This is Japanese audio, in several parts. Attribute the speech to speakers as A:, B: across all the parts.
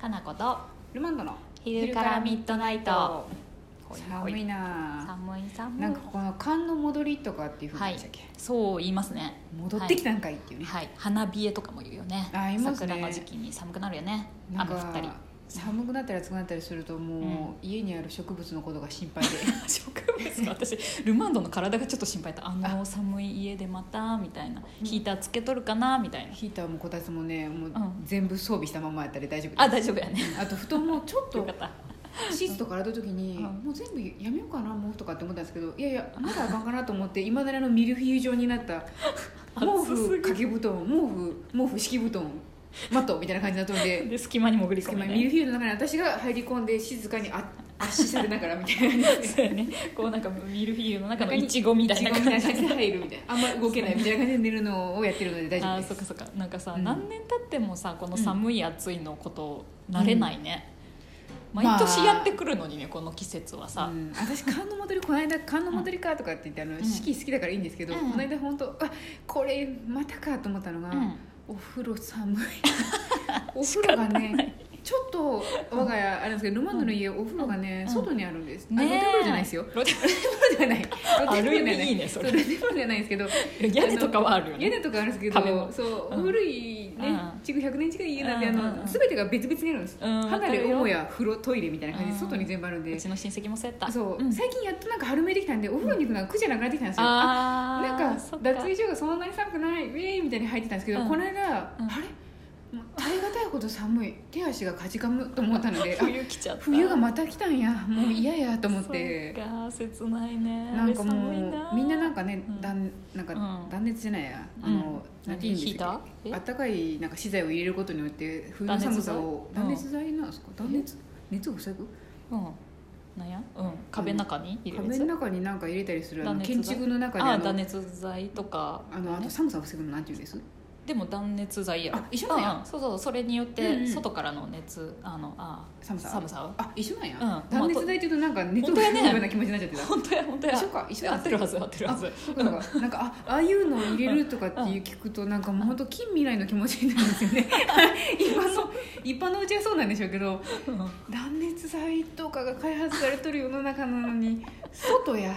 A: かなこと
B: ルマンドの
A: 昼からミッドナイト
B: 寒いな
A: 寒い寒い
B: なんかこの寒の戻りとかっていうふうに
A: はい
B: 言ってたっけ、
A: そう言いますね
B: 戻ってきたんかいっていうね、
A: はい花冷えとかも言うよね
B: あ言いますね
A: 桜の時期に寒くなるよね
B: なん
A: 雨降
B: か
A: ったり
B: 寒くなったり暑くなったりするともう、家にある植物のことが心 配で
A: 植物が私ルマンドの体がちょっと心配だあの寒い家でまたみたいなヒーターつけとるかなみたいな
B: ヒーターもこたつもねもう
A: うん
B: 全部装備したままやったら大丈夫
A: あ
B: で
A: 大丈夫やね
B: すあと布団もちょっ
A: よ
B: と
A: かった
B: シーツとか洗った時に、
A: うん
B: もう全部やめようかな毛布とかって思ったんですけどいやいやまだあかんかなと思って今なりのミルフィーユ状に なった毛
A: 暑すぎ
B: 布
A: る
B: 掛け布団毛布毛布敷布団マットみたいな感じになっとるんで
A: で隙間に潜り込
B: 隙間
A: む
B: にミル
A: ね
B: フィーユの中に私が入り込んで静かにあ圧死されながらみた いな感 じで
A: そうやねこうなんかミルフィーユの中のいちごみたいな
B: イチゴ
A: 感
B: みたい
A: じ
B: な感じで入るみたいなあんまり動けないみたいな感じで寝るのをやってるので大丈
A: あ
B: 夫
A: ーそ
B: です
A: っかそっかなんかさ、
B: うん
A: 何年経ってもさこの寒い暑いのこと慣れないね、
B: うん
A: 毎年やってくるのにねこの季節はさ、
B: うん、私寒の戻りこの間寒の戻りかとかって言ってあの、
A: ん
B: 四季好きだからいいんですけど、
A: うん
B: この間本当あこれまたかと思ったのが、
A: うん
B: お風呂 寒いお風呂がねちょっと我が家あれなんですけどルマンドの家お風呂がね、
A: うん
B: 外にあるんです、あ
A: ねえ
B: 露天風呂じゃないですよ
A: 露天
B: 露天風呂ではない
A: あ
B: 露天風呂
A: ある意
B: では
A: 味いいねそれ
B: う露天風呂ではないんですけど
A: 屋根とかはあるよ
B: 屋
A: ね
B: 根とかあるんですけ
A: 壁も
B: どそう、
A: うん
B: 古いね
A: うん
B: 築100年近い家なんで、
A: うん
B: あ
A: うんう
B: の
A: ん
B: 全てが別々にあるんです、
A: うん
B: 離
A: わかる
B: れ
A: よ
B: 母屋風呂トイレみたいな感じで
A: うん
B: 外に全部あるんで、
A: うちの親戚もそうやった
B: そう、
A: ん
B: 最近やっとなんか春めいてきたんでお風呂に行くのが苦じゃなくなってきたんですよ、あ
A: あー
B: なんか
A: そっ
B: 脱衣所がそんなに寒くないウェーイみたいに入ってたんですけど、
A: うん
B: この間、
A: うん
B: あれもう耐え難いほど寒い手足がかじかむと思ったのであ
A: 冬来ちゃった
B: 冬がまた来たんやもう嫌やと思って
A: そっか切ないね
B: なんかも
A: あれ寒いな
B: うみんななんかね、
A: うん
B: 断なんか
A: うん
B: 断熱じゃないや、
A: うん
B: あのなんていうんで
A: ヒ
B: す
A: ーター
B: か
A: え
B: あったかいなんか資材を入れることによって冬の寒さを
A: 断
B: 断
A: 熱
B: 熱材なんですか断熱熱を防ぐ
A: うんなんやうん壁の中に入れるや
B: 壁
A: つ
B: の中になんか入れたりするあの
A: 断熱材
B: 建築の中で
A: あ
B: あ
A: ー断
B: の
A: 熱材とか
B: あのあと寒さを防ぐのなんていうんです
A: でも断熱材や
B: あ一緒なんや
A: うんそうそうそれによっ
B: うんう
A: て
B: ん
A: 外からの熱あのあ
B: 寒さ
A: 寒さを
B: あ一緒なんや、
A: うん
B: 断熱材っていうとなんか熱
A: 本当
B: を防
A: や
B: ぐ
A: ね
B: ような気持ちになっちゃってた
A: 本当や本当や
B: 一緒か一緒だ
A: 合ってるはず合ってるはず
B: そうかそうかなんかあああいうのを入れるとかっていう聞くとなんかもう本当近未来の気持ちになるんですよね 一般の一般のうちはそうなんでしょうけど
A: うん
B: 断熱材とかが開発されとる世の中なのに外や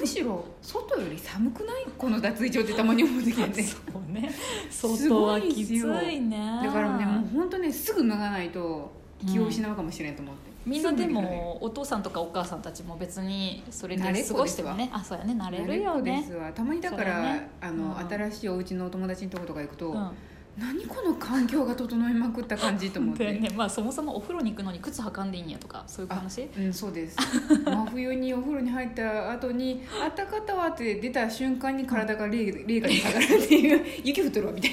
B: むしろ外より寒くないこの脱衣所ってたまに思ってきてね
A: そうね
B: すごいですよ
A: 外はきついね
B: だからねもう本当ねすぐ脱がないと気を失うかもしれないと思って、
A: みんなです
B: ぐ脱げない
A: もお父さんとかお母さんたちも別にそれで
B: 慣れっこです
A: 過
B: わ
A: ごしてもねあそうやね慣れるよ
B: 慣れっ
A: ね
B: こですわたまにだから
A: それはね
B: あの、
A: うん
B: 新しいお家のお友達のとことか行くと、
A: うん
B: 何この環境が整いまくった感じと思っ
A: だ
B: て、
A: よねまあそもそもお風呂に行くのに靴履かんでいいんやとかそういう話
B: うんそうです 真冬にお風呂に入った後に「あったかったわ」って出た瞬間に体が冷冷夏に下がるっていう 「雪降っとるわ」みたい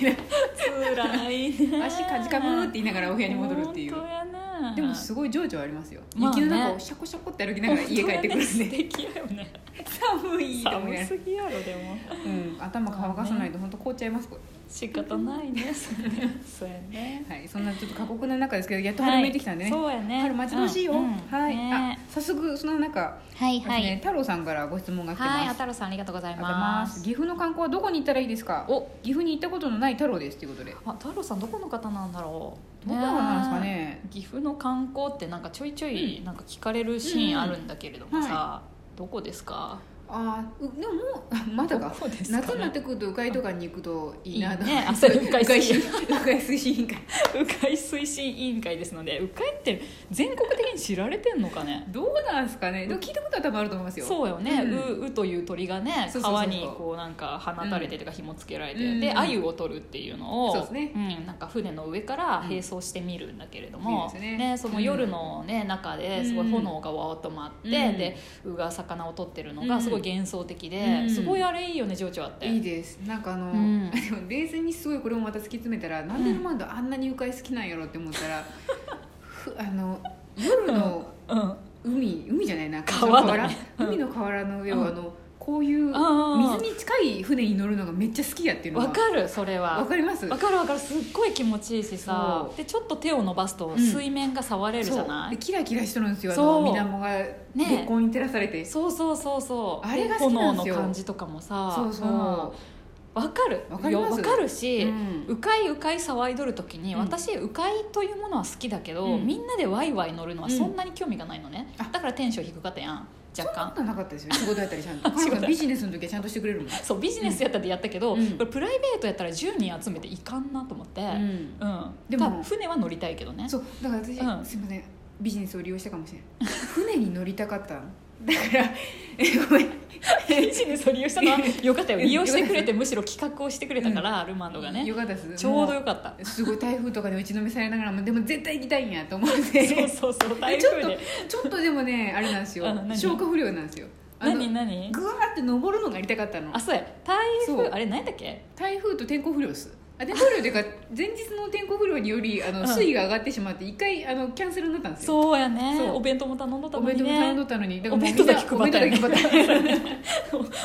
A: つらいね
B: な「足かじかむ」って言いながらお部屋に戻るっていう
A: 本当やね
B: でもすごい情緒はありますよ、
A: まあね
B: 雪の中をシャコシャコって歩きながら家帰ってくるんで、
A: 本当やね素敵やよね
B: 寒いと思
A: 寒
B: いながら
A: すぎやろでも
B: うん、頭乾かさないと本当凍っちゃいますこ
A: 仕方ないねそれそうやね
B: れはいそんなちょっと過酷な中ですけどやっと春めいてきたんでね、
A: そうやね
B: 春待ち遠しいよ、
A: うんうん
B: はい、
A: ね
B: あ早速その中
A: はいは
B: ですね
A: い
B: 太郎さんからご質問が来てます、
A: はいあたろさんありがとうござい
B: ありがとうございま
A: ますす
B: 岐阜の観光はどこに行ったらいいですか
A: お
B: 岐阜に行ったことのない太郎ですということでど
A: あ太郎さんどこの方なんだろう
B: こなんですかね
A: 岐阜の観光ってなんかちょいちょいなんか聞かれるシーンあるんだけれどもさ、
B: うんは
A: どこですか
B: あーうでももう あまだか
A: どこですかね
B: 夏になってくると鵜飼とかに行くといいなと
A: いいねあそう鵜飼推進
B: 鵜飼推進委員会
A: 鵜飼推進委員会ですので鵜飼って全国的に知られてんのかね
B: どうなんですかねでも聞いたことは多分あると思いますよ
A: そうよね、
B: う
A: うんうという鳥がね
B: そうそうそうそう
A: 川にこうなんか放たれてとか紐つけられて、
B: うん
A: で鮎を取るっていうのを
B: そうですね
A: ん、なんか船の上から並走してみるんだけれど
B: うん
A: も、
B: 見るんですね
A: その夜の、ね中ですごい炎がわーっと舞って、
B: うん
A: で鵜が魚を取ってるの
B: う
A: が
B: ん
A: すごい幻想的で、
B: うん
A: すごいあれいいよね情緒あって。
B: いいですなんかあの、
A: うん
B: でも冷静にすごいこれもまた突き詰めたら、なんでルマンドあんなに鵜飼好きなんやろって思っ たらふあの夜の
A: うん
B: 海海じゃないな
A: 川だね
B: その河原海の河原の上を、
A: うん
B: あのこういう
A: あー
B: 水に近い船に乗るのがめっちゃ好きやっていうの
A: わ
B: は
A: かるそれは
B: わかります
A: わかるわかるすっごい気持ちいいしさ
B: そう
A: でちょっと手を伸ばすと
B: ん
A: 水面が触れるじ
B: そ
A: ゃ
B: う
A: な
B: で
A: い、
B: キラキラしてるんですよあ
A: そ
B: の
A: う
B: 水面が月光に照らされて
A: そうそうそうそう
B: あれが好きなんですよ
A: 炎の感じとかもさ
B: そうそう
A: うんわかる
B: わかります
A: よわかるし、
B: う
A: うんかいうかい騒いどる時に、
B: うん
A: 私うかいというものは好きだけど、
B: うん
A: みんなでワイワイ乗るのはそんなに興味がないのね、
B: うんあ
A: だからテンション低かったやん若
B: そんな
A: 干
B: ことなかったですよ仕事やったりちゃんと
A: 仕事
B: 彼女ビジネスの時はちゃんとしてくれるもん、
A: そうビジネスやったってやったけど、
B: うん
A: これプライベートやったら10人集めていかんなと思って、う
B: うんんで
A: で
B: も
A: も船は乗りたいけどね
B: そうだから
A: う
B: 私、
A: ん
B: すいませんビジネスを利用したかもしれない船に乗りたかったの だからえごめん
A: ビジネスを利用したの はよかったよ利用してくれてむしろ企画をしてくれたから、ルマンドがね
B: よかったです
A: ちょうど
B: も
A: よかった
B: すごい台風とかで打ちのめされながらもでも絶対行きたいんやと思って
A: そうそう そう台
B: ちょっ
A: 風
B: と
A: で
B: ちょっとでもねあれなんですよ
A: あの何
B: 消化不良なんですよあの
A: 何何
B: ぐわーって登るのがやりたかったの
A: あそうや台
B: そう
A: 風あれ何だっけ
B: 台風と天候不良っすあ天候不良というか前日の天候不良によりあ
A: う
B: の
A: ん
B: 水位が上がってしまって一回あのキャンセルになったんですよ
A: そうやね
B: そう
A: お弁当も頼んどった
B: お
A: の
B: 弁
A: に
B: 当も頼んど
A: ね
B: ったのに
A: お弁当だけ
B: お
A: 配
B: 弁
A: っ
B: 当
A: た
B: だ
A: よ
B: け
A: ね
B: 配った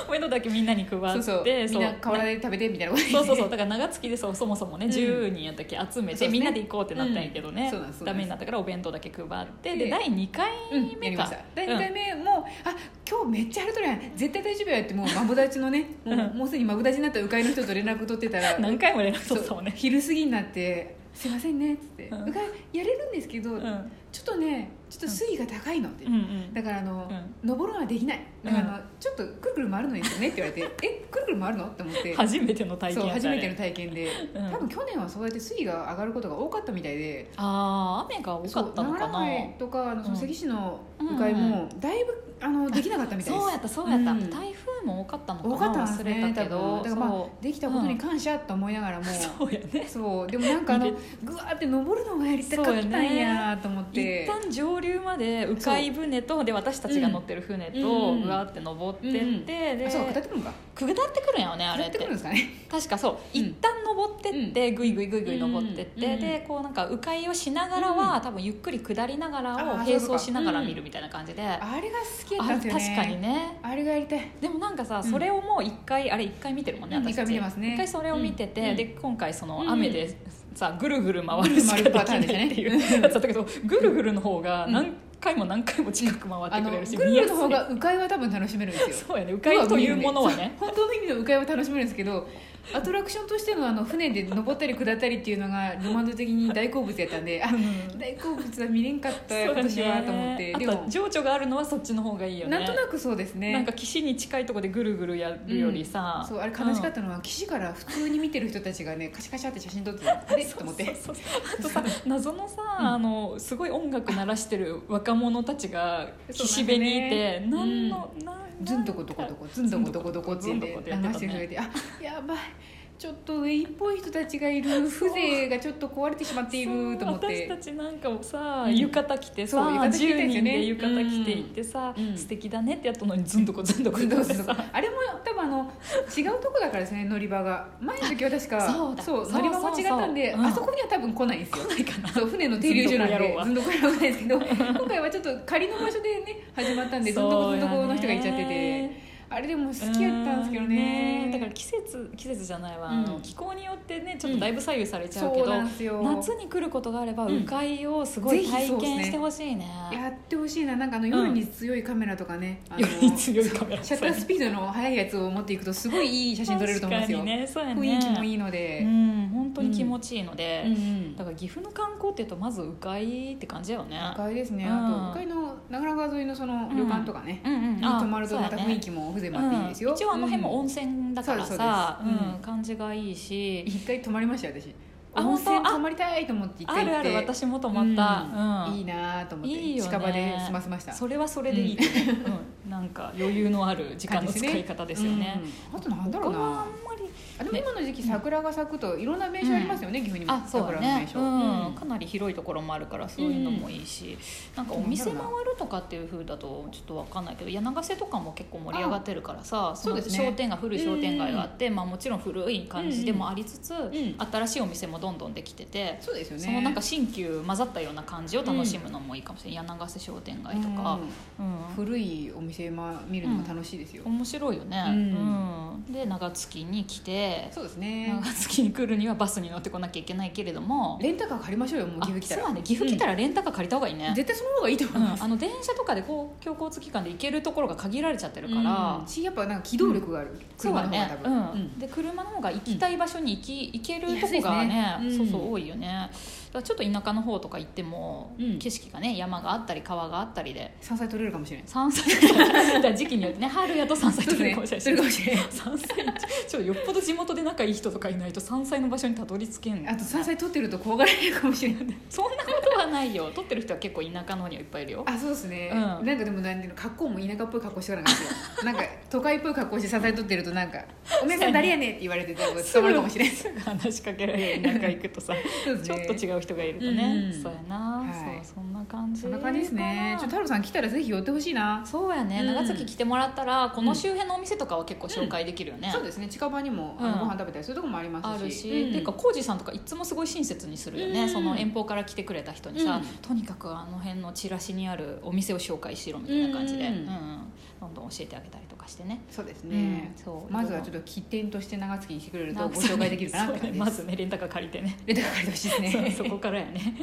A: お弁当だけみんなに配って
B: そうそうみんな河原で食べてみたいなこと
A: そうそうそうだから長月でそうそもそもね
B: うん
A: 10人やったっけ集め
B: そうです
A: て
B: ね
A: みんなで行こうってなったんやけど
B: うん
A: ね
B: そうなんですそうな
A: ダ
B: んです
A: メになったからお弁当だけ配って
B: で
A: で第2回
B: うん、や
A: 目
B: りま
A: か
B: した第2回目も、あ今日めっちゃ晴れとるやん絶対大丈夫やってもうマブダ チのねもう
A: うん
B: もうすでにマブダチになった鵜飼いの人と連絡取ってたら
A: うん何回も連絡取ったもん
B: そう
A: ね
B: 昼過ぎになって「すいませんね」っつって「鵜
A: うん
B: 飼、いやれるんですけど、
A: うんうん
B: ちょっとねちょっと水位が高いの」って、
A: うん
B: だからあの、
A: う
B: 登るのはできないだからあの、
A: う
B: ちょっとくるくる回るのいいですよねって言われ て「えくるくる回るの?」って思って。
A: 初めての体験
B: そう
A: やっ
B: 初
A: たあれ
B: めての体験で、
A: うん
B: 多分去年はそうやって水位が上がることが多かったみたいで
A: あー雨が多かったの
B: そ
A: か
B: う
A: な
B: 長良とかあのその関市の
A: うん
B: 向かいも、だいぶあのできなかったみたいです
A: そうやったそうやった、
B: うん
A: 台風も多かったのかな
B: 多かったんです
A: 忘
B: ね
A: れたけど
B: 多分だからま
A: そ
B: あできたことに感謝と思いながらも、
A: うそうやね
B: そうでもなんかあの
A: 見
B: ぐわーって登るのがやりたかったんやと思っ
A: 一
B: て、
A: 旦上流まで鵜飼い船とで私たちが乗ってる船と、
B: う
A: うんわーって登ってって、
B: うんうん
A: で
B: あそうか下ってくるのか
A: 下ってくるんよねあ
B: 下
A: れ
B: っ
A: ってて
B: くるんですかね
A: 確かそう、一旦登ってってぐいぐいぐいぐい登ってって、
B: うん
A: でこうなんか迂回をしながらは、多分ゆっくり下りながらを
B: あー
A: 並
B: そうか
A: 走しながら見るみたいな感じで、あ
B: あれが好きやったん
A: 確
B: ですよね
A: かにね
B: あれがやりたい
A: でもなんかさ、
B: うん
A: それをもう一回あれ一回見てるもんね
B: うん
A: 私た
B: 一回
A: ち
B: 見てますね
A: 一回それを見てて、
B: うん
A: で今回そ
B: うん
A: の雨でさぐるぐる回るしかできないって
B: ぐるぐる回るパ
A: いうや
B: ターンでしたね
A: つだったけどぐるぐるの方が
B: うん
A: 何回も何回も近く回っ
B: あ
A: てく
B: のぐ
A: れ
B: る
A: るし、
B: ぐ
A: 見や
B: る
A: す
B: の
A: い
B: 方が迂回は多分楽しめるんですよ
A: そうやね鵜飼というものはね
B: 本当の意味の迂回は楽しめるんですけどアトラクションとしてのあの船で登ったり下ったりっていうのがルマンド的に大好物やったんであ大好物は見れんかった
A: そう
B: 今年
A: だ
B: は
A: ね
B: と思って、で
A: あ
B: も
A: と情緒があるのはそっちの方がいいよね
B: なんとなくそうですね
A: なんか岸に近いところでぐるぐるやるよりさ、
B: そうあれ悲しかったのは、岸から普通に見てる人たちがねカシャカシャって写真撮ってたのでと思っ て
A: そうそうそうあとさ謎のさ、あのすごい音楽鳴らしてる若者たちが岸辺にいて
B: そうなんかね
A: 何の、なんなん
B: ズンとことことこズンとことこどこって
A: ズンとこ
B: 流
A: どこ
B: してくれて、あやばいちょっと上っぽい人たちがいる風情がちょっと壊れてしまっていると思っ
A: 私
B: て
A: たちなんかをさ、
B: うん
A: 浴衣着てさ
B: そう浴衣着てた
A: 10
B: んですよ
A: 人
B: ね
A: で浴衣着て行ってさ、
B: うん
A: 素敵だねってやったのにずんどこずんどこ
B: ズ
A: ず
B: ン
A: ん
B: と
A: どこ
B: こ
A: で
B: ズンとこ
A: さ
B: あれも多分あの違うとこだからですね乗り場が前の時は確か
A: あそうだそう
B: 乗り場も違ったん
A: そ
B: で
A: うそううん
B: あそこには多分来ないんですよ
A: ないかな
B: そう船の停留所なんでず
A: ず
B: んどこやろうなんですけど今回はちょっと仮の場所でね始まったんでずんどこずんどこの人がいちゃっ
A: そう
B: て
A: や
B: て
A: ね
B: あれでも好きやったんですけど
A: う
B: ね
A: んだから季節季節じゃないわ、
B: うん
A: あの気候によってねちょっとだいぶ左右されちゃうけ
B: そう
A: ど、
B: なんですよ
A: 夏に来ることがあれば
B: うん
A: 鵜飼いをすごい
B: ぜひそうです
A: 体
B: ね
A: 験してほしいね,、
B: やってほしいななんかあの夜に強いカメラとかね、あの
A: より強いカメラ
B: シャッタースピードの速いやつを持っていくとすごいいい写真撮れると思うんですよ、
A: 確かにねそうやね
B: 雰囲気もい
A: い
B: いので
A: う、ん本当に気持ちいいので、
B: うんうん
A: だから岐阜の観光っていうとまず鵜飼いって感じだよね
B: 1階ですね、
A: うん
B: あと1階の長良川沿いのその旅館とかね、
A: うんうん
B: に泊まるとまた雰囲
A: 気
B: 気も風情もあっていいですよ、
A: 一応あの辺も温泉だからさ、う
B: う
A: んん
B: そうですそうですうん
A: 感じがいいし
B: 一回泊まりましたよ私
A: あ
B: 温泉
A: 本当あ
B: 泊まりたいと思って一
A: あ
B: 回
A: る
B: 行っ
A: あ
B: て
A: る私も泊まった、うん
B: いいなと思って
A: いいよね
B: 近場で済ませました
A: それはそれでいいと思う、うんなんか余裕のある時間の使い方ですよね、
B: うんあとなんだろう
A: 他はあ
B: なん
A: まり
B: あでも今の時期桜が咲くといろんな名所ありますよね、岐阜にも
A: あそうだ
B: 桜の名
A: ね、
B: 所、
A: うん
B: うん
A: かなり広いところもあるからそういうのもいいし、なんかお店回るとかっていう風だとちょっとわかんないけど柳ヶ瀬とかも結構盛り上がってるからさその
B: そうですね
A: 商店街古い商店街があって、まあ、もちろん古い感じでもありつつ、
B: ん
A: 新しいお店もどんどんできてて。
B: そうですよね
A: そのなんか新旧混ざったような感じを楽しむのもいいかもしれない、柳ヶ瀬商店街とか、
B: うん
A: うん
B: 古いお店ま見るのも楽しいですよ、
A: 面白いよね、
B: う
A: うんんで長月に来て、で
B: そうですね
A: 長月に来るにはバスに乗ってこなきゃいけないけれども
B: レンタカー借りましょうよもう岐阜来た
A: あそう
B: ら
A: だね岐阜来たらレンタカー借りた方がいいね、
B: 絶対その方がいいと思
A: う
B: い
A: ん
B: ます
A: あの電車とかで公共交通機関で行けるところが限られちゃってるから、
B: うんしやっぱなんか機動力がある、
A: そう
B: 車
A: だ
B: の方が
A: ね
B: 多、
A: う
B: 分、
A: ん
B: うん
A: で車の方が行きたい場所に行き、行けるとこがね
B: 安いですねうん
A: そうそう多いよねだからちょっと田舎の方とか行っても、
B: うん
A: 景色がね山があったり川があったりで
B: 山菜取れるかもしれない
A: 山菜だから時期によってね春やと山菜
B: そう
A: 取
B: です
A: れ
B: ね
A: るかもしれない
B: 取れる かもしれない
A: 山菜ちょっとよっぽど地元で仲いい人とかいないと山菜の場所にたどり着けん
B: あと山菜取ってると怖がられるかもしれない
A: そんなことはないよ取ってる人は結構田舎の方にはいっぱいいるよ
B: あそうですね、
A: うん
B: なんかでもなんていうの格好も田舎っぽい格好してからなんですよなんか都会っぽい格好して山菜取ってると なんか「おめえさん誰やねん」って言われて多分捕まるかもしれない
A: すぐ 話しかけられる田舎行くとさ、
B: そうです
A: ちょっ
B: ね
A: と違う人がいるとね、
B: うんうん
A: そうやな、
B: はい
A: そうそんな感じ
B: そんな感じですねちょっと太郎さん来たらぜひ寄ってほしいな、
A: そうやね、
B: うん
A: 長崎来てもらったらこの周辺のお店とかは結構紹介できるよね、
B: そうですね近場にも、あ
A: うん
B: のご飯食べたりするとこもありますし
A: あるし、
B: うん
A: ていうか浩二さんとかいつもすごい親切にするよね、
B: うん
A: その遠方から来てくれた人にさ、
B: うん
A: とにかくあの辺のチラシにあるお店を紹介しろみたいな感じで、う
B: うんん
A: どんどん教えてあげたりとかしてね
B: そうですね、
A: うんそう
B: まずはちょっと起点として長月に来てくれると
A: な
B: ご紹介できるかなって
A: そう
B: 感
A: ね
B: じで
A: ますずねレンタカー借りてね
B: レタカー借りてほしいですね
A: そうそこからやね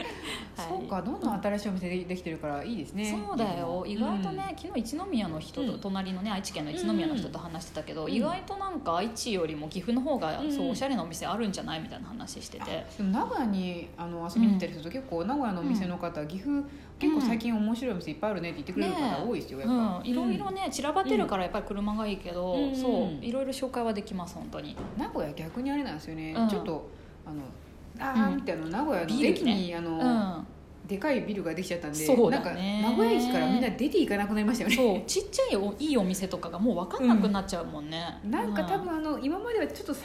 A: はい
B: そうかどんどん新しいお店でできてるからいいですね
A: そうだよ意外とね、、昨日一宮の人と、
B: うん
A: 隣のね愛知県の一宮の人と話してたけど、
B: うん
A: 意外となんか愛知よりも岐阜の方が、
B: うん
A: そうおしゃれなお店あるんじゃないみたいな話してて
B: でも名古屋にあの遊びに行ったりすると、結構名古屋のお店の方、岐阜結構最近面白いお店いっぱいあるねって言ってくれる
A: ね
B: 方多いですよ、やっぱ、
A: うん、いろいろね散らばってるからやっぱり車がいいけど、
B: うん
A: そういろいろ紹介はできます本当に
B: 名古屋逆にあれなんですよね、
A: うん
B: ちょっとあのあ
A: う
B: ー
A: ん
B: みたいな名古屋
A: ビ
B: の
A: ルね
B: 駅に、あ
A: う
B: の、
A: ん
B: でかいビルができちゃったんで、
A: そう
B: な
A: だ
B: んか
A: ね
B: 名古屋駅からみんな出ていかなくなりましたよね
A: そうちっちゃいおいいお店とかがもう分かんなくなっちゃうもんね、
B: なんか
A: う
B: 多分あの今まではちょっと境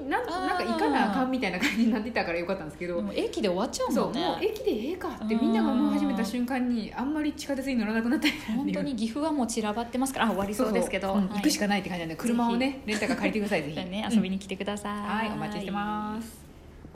B: になん
A: あー
B: なんか行かなあかんみたいな感じになってたからよかったんですけ
A: で
B: ど、
A: も駅で終わっちゃう
B: そう
A: もん
B: もう
A: ね
B: 駅でええかってみんなが思い始めた瞬間にあんまり地下鉄に乗らなくなったり
A: 本当に岐阜はもう散らばってますからあ終わりそうですけど
B: ん
A: はい
B: 行くしかないって感じなんで車をねレンタカー借りてくださいぜ
A: じゃあ
B: ひ
A: ね遊びに来てください、
B: うんはいお待ちしてます